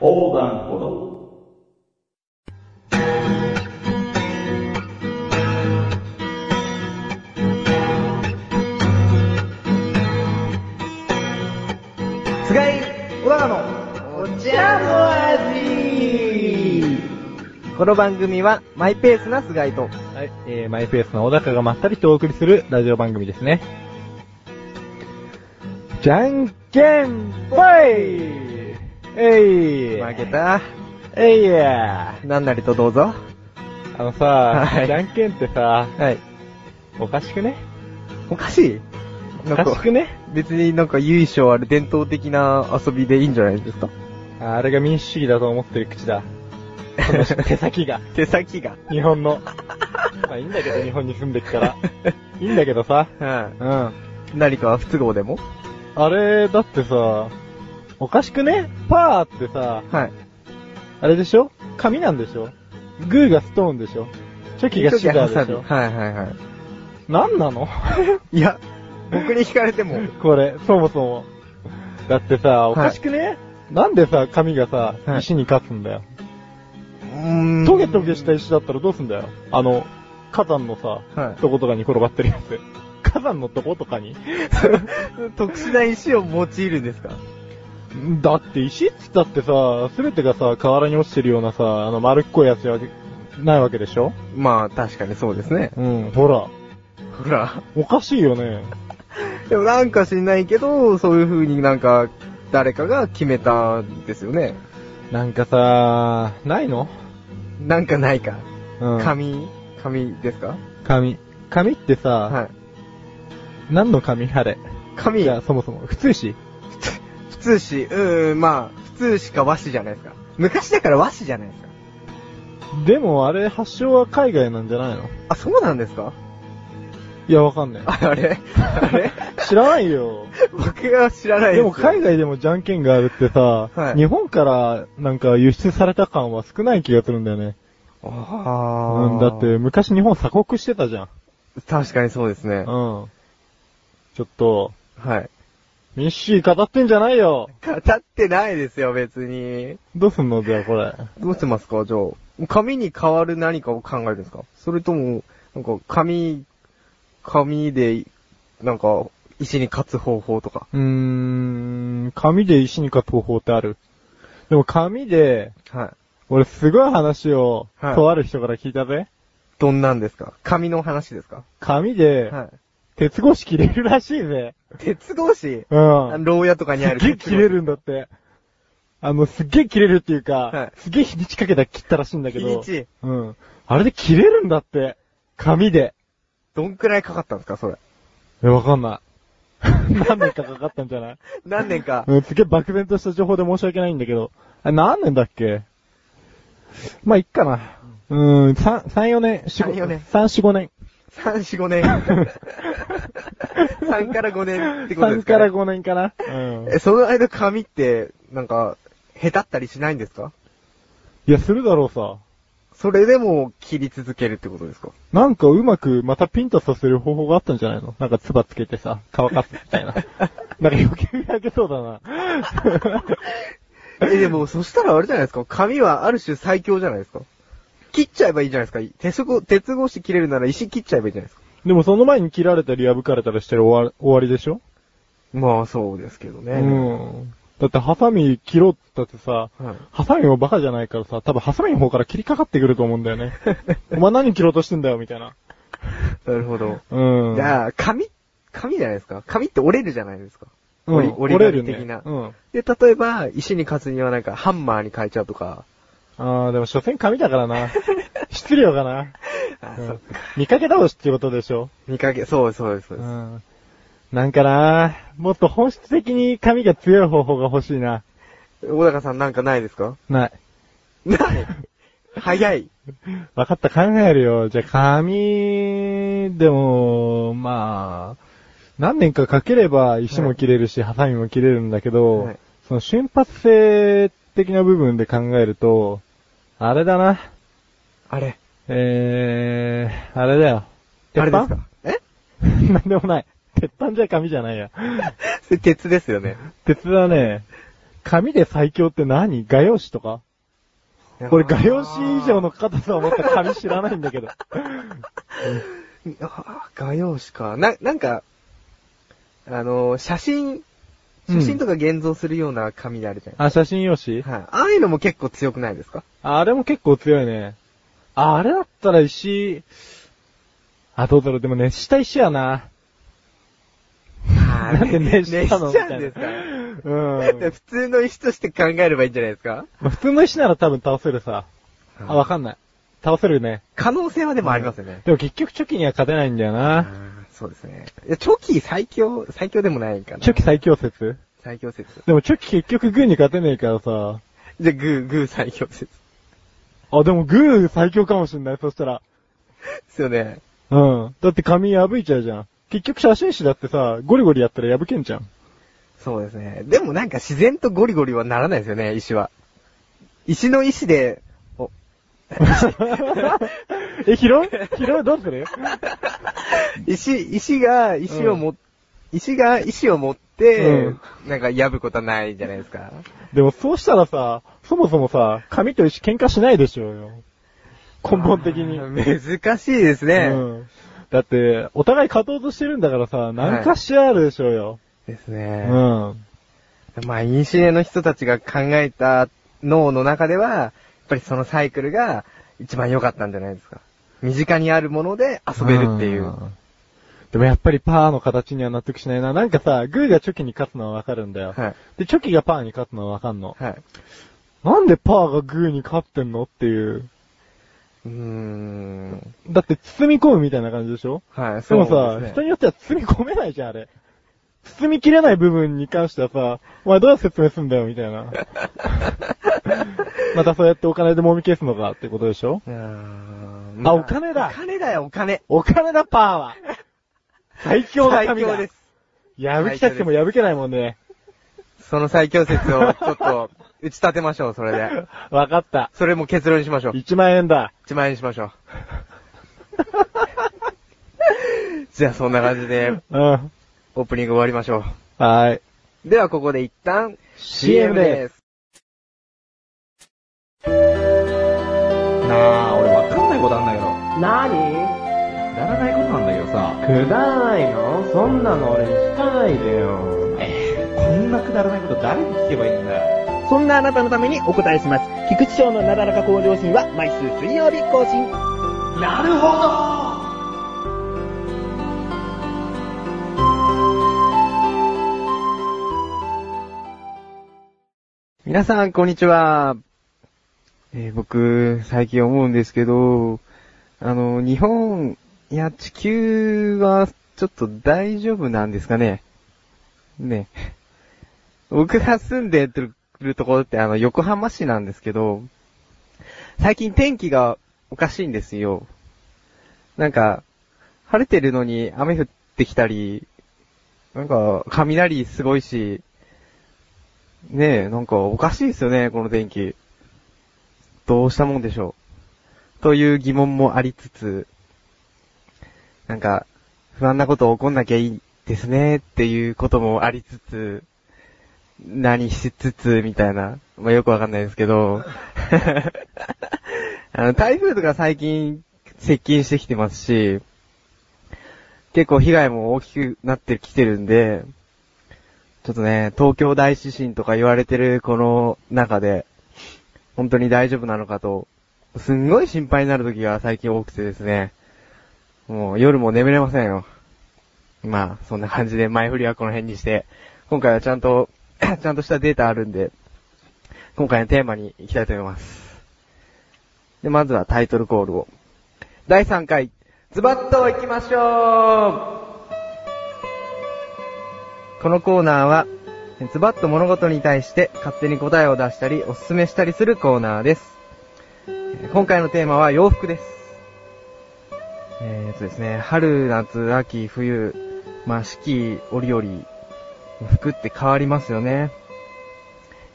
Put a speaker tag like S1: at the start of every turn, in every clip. S1: 横断歩道。
S2: 菅井小高のお茶の味この番組はマイペースな菅井と
S3: はい、えー、マイペースの小高がまったりとお送りするラジオ番組ですね。じゃんけんぽいえい
S2: 負けた
S3: えいや
S2: 何なりとどうぞ
S3: あのさ、
S2: はい
S3: じゃんけんってさ、
S2: はい
S3: おかしくね
S2: おかしい
S3: お
S2: なん
S3: かし
S2: か
S3: くね
S2: 別になんか由緒ある伝統的な遊びでいいんじゃないですか
S3: ああれが民主主義だと思ってる口だ。この 手先が。
S2: 手先が
S3: 日本の。まあいいんだけど、日本に住んできたら。いいんだけどさ。
S2: は
S3: うん。
S2: い何か不都合でも
S3: あれ、だってさ、おかしくねパーってさ、
S2: はい
S3: あれでしょ紙なんでしょグーがストーンでしょチョキがシザーでしょ
S2: はいはいは
S3: なんなの
S2: いいや僕に惹かれても
S3: これ、そもそも。だってさ、おかしくね、なんでさ、紙がさ
S2: は、い
S3: 石に勝つんだよ。
S2: うん
S3: トゲトゲした石だったらどうすんだよ。あの、火山のさ、
S2: はい
S3: とことかに転がってるやつ。火山のとことかに
S2: 特殊な石を用いるんですか
S3: だって石っつったってさ、すべてがさ、河原に落ちてるようなさ、あの丸っこいやつじゃないわけでしょ
S2: まあ確かにそうですね
S3: うん、ほら。
S2: ほら
S3: おかしいよね。
S2: でもなんか知んないけど、そういう風になんか、誰かが決めたんですよね。
S3: なんかさ、ないの
S2: なんかないか。
S3: うん。
S2: 紙、紙ですか
S3: 紙。紙ってさ、
S2: はい。
S3: 何の紙あれ。
S2: 紙
S3: い、や、そもそも。普通紙
S2: 普通紙、うーん、まあ、普通紙か和紙じゃないですか。昔だから和紙じゃないですか。
S3: でもあれ、発祥は海外なんじゃないの
S2: あ、そうなんですか
S3: いや、わかんない。
S2: ああれあれ
S3: 知らないよ。
S2: 僕が知らないです。
S3: でも海外でもじゃんけんがあるってさ、
S2: はい
S3: 日本からなんか輸出された感は少ない気がするんだよね。
S2: あ
S3: うん、だっ。て昔日本鎖国してたじゃん。
S2: 確かにそうです
S3: うん
S2: ね。。
S3: ちょっと、
S2: はい。
S3: ミッシー語ってんじゃないよ
S2: 語ってないですよ、別に。
S3: どうすんのじゃあこれ。
S2: どうしてますかじゃあ、紙に代わる何かを考えるんですかそれとも、なんか、紙、紙で、なんか、石に勝つ方法とか。
S3: うーん、紙で石に勝つ方法ってあるでも紙で、
S2: はい。
S3: 俺すごい話を、
S2: はい
S3: とある人から聞いたぜ。
S2: どんなんですか紙の話ですか
S3: 紙で、
S2: はい。
S3: 鉄格子切れるらしいぜ。
S2: 鉄格子
S3: う
S2: あ
S3: ん。
S2: 牢屋とかにあ
S3: す
S2: る
S3: っげえ
S2: 鉄格子。
S3: 切れるんだって。あの、すっげえ切れるっていうか、
S2: はい
S3: すげえ日にちかけたら切ったらしいんだけど。
S2: 日にち、
S3: うん。あれで切れるんだって。紙で。
S2: どんくらいかかったんですかそれ。
S3: え、わかんない。 何年かかかったんじゃない
S2: 何年か。
S3: うん、すげえ漠然とした情報で申し訳ないんだけど。あ何年だっけまあ、いっかな。うーん、三、三、四年、四、
S2: 三四年
S3: 三、四、五年。
S2: 3、4、5年。3から5年ってことで
S3: 三
S2: すか、ね、
S3: から五年かな。うん。
S2: え、その間紙って、なんか、下手ったりしないんですか
S3: いや、するだろうさ。
S2: それでも切り続けるってことですか
S3: なんかうまくまたピンとさせる方法があったんじゃないのなんか唾つけてさ、乾かすみた いな。なんか余計に焼けそうだな。
S2: え、でも、そしたらあれじゃないですか紙はある種最強じゃないですか切っちゃえばいいじゃないですか鉄ご、鉄格子切れるなら石切っちゃえばいいじゃないですか
S3: でもその前に切られたり破かれたりしてる終わ終わりでしょ
S2: まあ、そうですけどね。
S3: うん。だってハサミ切ろうってってさ、
S2: はい
S3: ハサミもバカじゃないからさ、多分ハサミの方から切りかかってくると思うんだよ ね。お前何切ろうとしてんだよ、みたいな。
S2: なるほど。
S3: うん。
S2: じゃあ、紙、紙じゃないですか紙って折れるじゃないですか。
S3: うん
S2: 折り折り
S3: 折れる
S2: 紙的な
S3: ね。うん。
S2: で、例えば、石に勝つにはなんか、ハンマーに変えちゃうとか。
S3: あー、でも所詮紙だからな。 質量がな。
S2: あ、
S3: う。
S2: そうん
S3: 見かけ倒しってことでしょ
S2: 見かけ、そうですそうです、そうです。
S3: ん。なんかなもっと本質的に髪が強い方法が欲しいな。
S2: 小高さんなんかないですか
S3: ない。
S2: ない。早い。
S3: 分かった、考えるよ。じゃあ髪、でも、まあ、何年かかければ石も切れるし、ハサミも切れるんだけど、
S2: はい
S3: その瞬発性的な部分で考えると、あれだな。
S2: あれ。
S3: えー、あれだよ。
S2: あれ
S3: 鉄
S2: です
S3: 板
S2: かえ
S3: な んでもない。鉄板じゃ髪じゃないや。
S2: それ鉄ですよね。
S3: 鉄はね、紙で最強って何画用紙とか俺画用紙以上の硬さを持った紙知らないん だけど。
S2: あー画用紙か。な、なんか、あのー、写真、写真とか現像するような紙であるじゃない、
S3: あ、写真用紙
S2: はい。ああいうのも結構強くないですか
S3: あれも結構強いね。ああれだったら石、あ、どうだろう、でも熱した石やな。
S2: は
S3: なんで熱したの
S2: 熱しちゃうんですか
S3: みたいな
S2: で
S3: うん。
S2: 普通の石として考えればいいんじゃないですか
S3: まあ、普通の石なら多分倒せるさ。あ、わかんない。倒せるね。
S2: 可能性はでもありますよね。
S3: でも結局チョキには勝てないんだよ
S2: あ
S3: な。
S2: ーそうですね。いやチョキ最強、最強でもないかな。
S3: チョキ最強説
S2: 最強説。
S3: でもチョキ結局グーに勝てねえからさ。
S2: じゃあ、グー、グー最強説。
S3: あ、でもグー最強かもしんない、そしたら。
S2: ですよね。
S3: うん。だって紙破いちゃうじゃん。結局写真誌だってさ、ゴリゴリやったら破けんじゃん。
S2: そうですね。でもなんか自然とゴリゴリはならないですよね、石は。石の石で、 お、
S3: え、拾う拾うどうする
S2: 石、石が、石をも、石が石を持って、なんか破ることはないじゃないですか。
S3: でもそうしたらさ、そもそもさ、紙と石喧嘩しないでしょうよ。根本的 に。
S2: 難しいですね。
S3: うん。だって、お互い勝とうとしてるんだからさ、何かしらあるでしょうよ。
S2: ですね。
S3: うん。
S2: まあ、インシエの人たちが考えた脳の中では、やっぱりそのサイクルが一番良かったんじゃないですか。身近にあるもので遊べるっていう。
S3: んでもやっぱりパーの形には納得しないな。なんかさ、グーがチョキに勝つのはわかるんだよ。
S2: はい。
S3: で、チョキがパーに勝つのはわかんの。
S2: はい。
S3: なんでパーがグーに勝ってんのっていう。
S2: うーん。
S3: だって包み込むみたいな感じでしょ
S2: はい、
S3: で
S2: そう
S3: も
S2: です
S3: さ、
S2: ね
S3: 人によっては包み込めないじゃん、あれ。包み切れない部分に関してはさ、お前どうやって説明すんだよ、みたい な。またそうやってお金で揉み消すのかってことでしょ
S2: うーん
S3: あお金だ
S2: お金だよ、お金。
S3: お金だ、パーは最強だ、
S2: 最
S3: 神だ
S2: 強です。。
S3: 破きたくても破けないもんね。
S2: その最強説をちょっと打ち立てましょう、それで。
S3: わかった。
S2: それも結論にしましょう。
S3: 1万円だ。
S2: 1万円にしま しょう。じゃあそんな感じで
S3: うん。は
S2: オープニング終わりましょ
S3: ーい。
S2: う。ではここで一旦。
S3: CM です
S1: なあ、俺わかんないことあんだけど。何くだらないことなんだけどさ。
S4: くだらないのそんなの俺に聞かないでよ。
S1: えー、こんなくだらないこと誰に聞けばいいんだよ。
S5: そんなあなたのためにお答えします。菊池賞のなだらか向上心は毎週水曜日更新。
S1: なるほど
S2: 皆さん、こんにちは。えー僕、最近思うんですけど、あの、日本、いや、地球は、ちょっと大丈夫なんですかね。ね。 僕が住んでるところって、あの、横浜市なんですけど、最近天気がおかしいんですよ。なんか、晴れてるのに雨降ってきたり、なんか、雷すごいし、ねえ、なんかおかしいですよね、この天気。どうしたもんでしょう。という疑問もありつつ、なんか、不安なこと起こんなきゃいいですね、っていうこともありつつ、何しつつ、みたいな。まあ、よくわかんないですけど。 あの、台風とか最近接近してきてますし、結構被害も大きくなってきてるんで、ちょっとね、東京大地震とか言われてるこの中で、本当に大丈夫なのかと、すんごい心配になる時が最近多くてですね、もう夜も眠れませんよ。まあ、そんな感じで前振りはこの辺にして、今回はちゃんと、 ちゃんとしたデータあるんで、今回のテーマに行きたいと思います。で、まずはタイトルコールを。第3回、ズバッと行きましょうこのコーナーは、ズバッと物事に対して勝手に答えを出したり、おすすめしたりするコーナーです。えー今回のテーマは洋服です。えーとですね、春、夏、秋、冬、まあ、四季、折々、服って変わりますよね。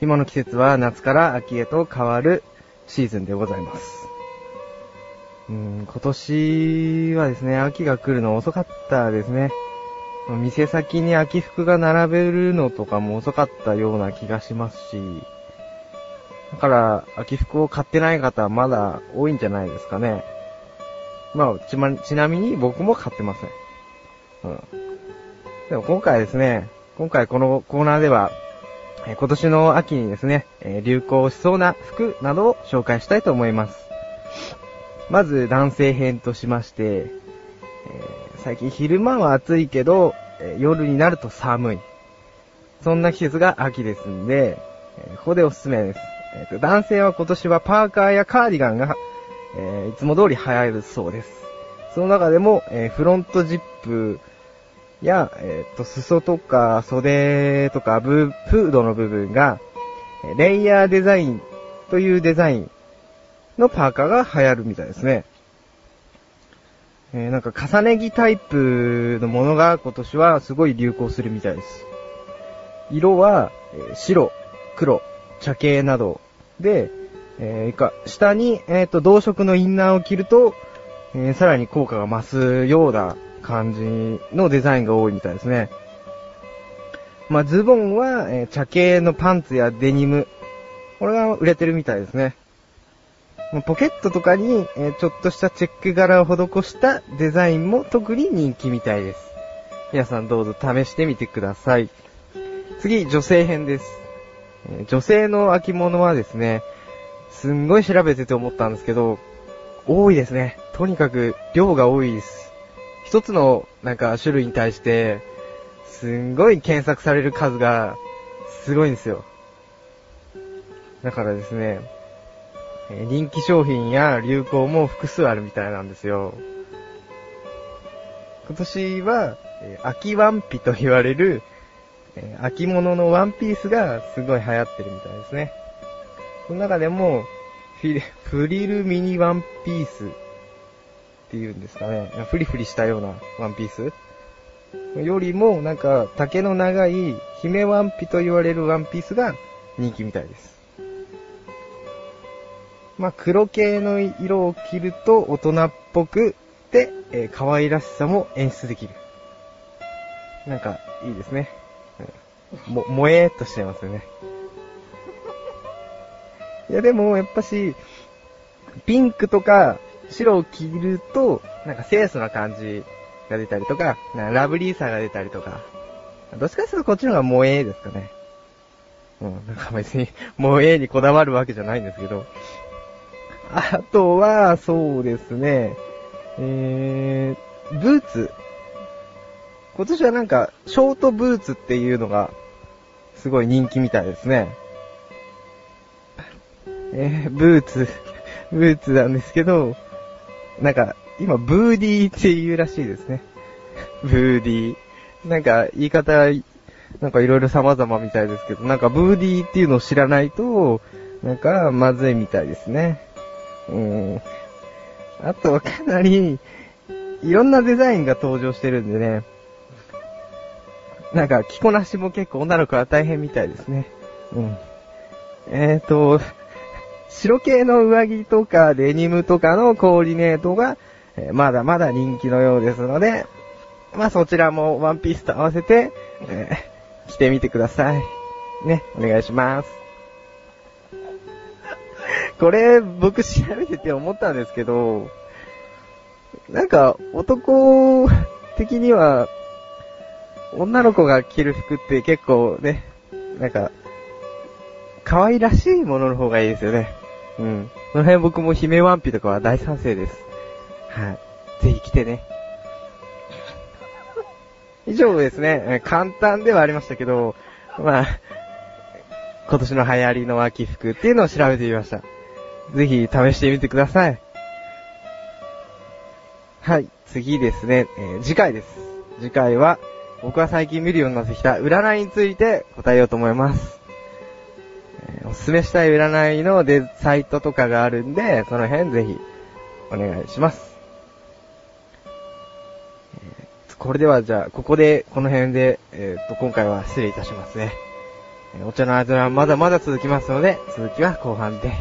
S2: 今の季節は夏から秋へと変わるシーズンでございます。うん、今年はですね、秋が来るの遅かったですね。店先に空き服が並べるのとかも遅かったような気がしますし、だから、空き服を買ってない方はまだ多いんじゃないですかね。まあ、ちま、ちなみに僕も買ってません。うん。でも今回ですね、今回このコーナーでは、えー今年の秋にですね、えー流行しそうな服などを紹介したいと思います。まず男性編としまして、えー最近昼間は暑いけど、えー夜になると寒い。そんな季節が秋ですんで、えーここでおすすめです。えーと男性は今年はパーカーやカーディガンが、えーいつも通り流行るそうです。その中でも、えーフロントジップや、えーと、裾とか袖とかブフードの部分が、えーレイヤーデザインというデザインのパーカーが流行るみたいですね。えーなんか重ね着タイプのものが今年はすごい流行するみたいです。色は、えー白、黒、茶系などで、えーか下に、えーと同色のインナーを着ると、えーさらに効果が増すような感じのデザインが多いみたいですね。まあ、ズボンは、えー茶系のパンツやデニム。これが売れてるみたいですね。まあポケットとかに、えーちょっとしたチェック柄を施したデザインも特に人気みたいです。皆さんどうぞ試してみてください。次、女性編です。えー女性の秋物はですね、すんごい調べてて思ったんですけど、多いですね。とにかく量が多いです。一つのなんか種類に対して、すんごい検索される数がすごいんですよ。だからですね、えー人気商品や流行も複数あるみたいなんですよ。今年は、えー秋ワンピと言われる、えー秋物のワンピースがすごい流行ってるみたいですね。その中でも、フィリフリルミニワンピースっていうんですかね。フリフリしたようなワンピースよりも、なんか、丈の長い姫ワンピと言われるワンピースが人気みたいです。まあ、黒系の色を着ると大人っぽくて、えー可愛らしさも演出できる。なんか、いいですね。うんも、萌えーっとしちゃいますよね。いや、でも、やっぱし、ピンクとか白を着ると、なんか清楚な感じが出たりとか、なんかラブリーさが出たりとか、どっちかというとこっちの方が萌えですかね。うん、なんか別に萌えにこだわるわけじゃないんですけど。 あとは、そうですね、えー、ブーツ。今年はなんか、ショートブーツっていうのが、すごい人気みたいですね。えー、ブーツ、 ブーツなんですけど、なんか、今、ブーディーって言うらしいですね。 ブーディー。なんか、言い方、なんかいろいろ様々みたいですけど、なんかブーディーっていうのを知らないと、なんか、まずいみたいですね。うん。あとはかなり、いろんなデザインが登場してるんでね、なんか着こなしも結構女の子は大変みたいですね。うん。えーと、白系の上着とかデニムとかのコーディネートが、えーまだまだ人気のようですので、まあそちらもワンピースと合わせて、えー着てみてください。ね、お願いします。 これ、僕調べてて思ったんですけど、なんか男的には、女の子が着る服って結構ね、なんか、可愛らしいものの方がいいですよね。うん。その辺僕も姫ワンピとかは大賛成です。はい。ぜひ来てね。以上ですね。えー簡単ではありましたけど、まあ、今年の流行りの秋服っていうのを調べてみました。ぜひ試してみてください。はい。次ですね。えー次回です。次回は、僕は最近見るようになってきた占いについて答えようと思います。えーおすすめしたい占いのでサイトとかがあるんで、その辺ぜひお願いします。えーこれではじゃあ、ここで、この辺で、えーっと、今回は失礼いたしますね。えーお茶のあずはまだまだ続きますので、続きは後半で。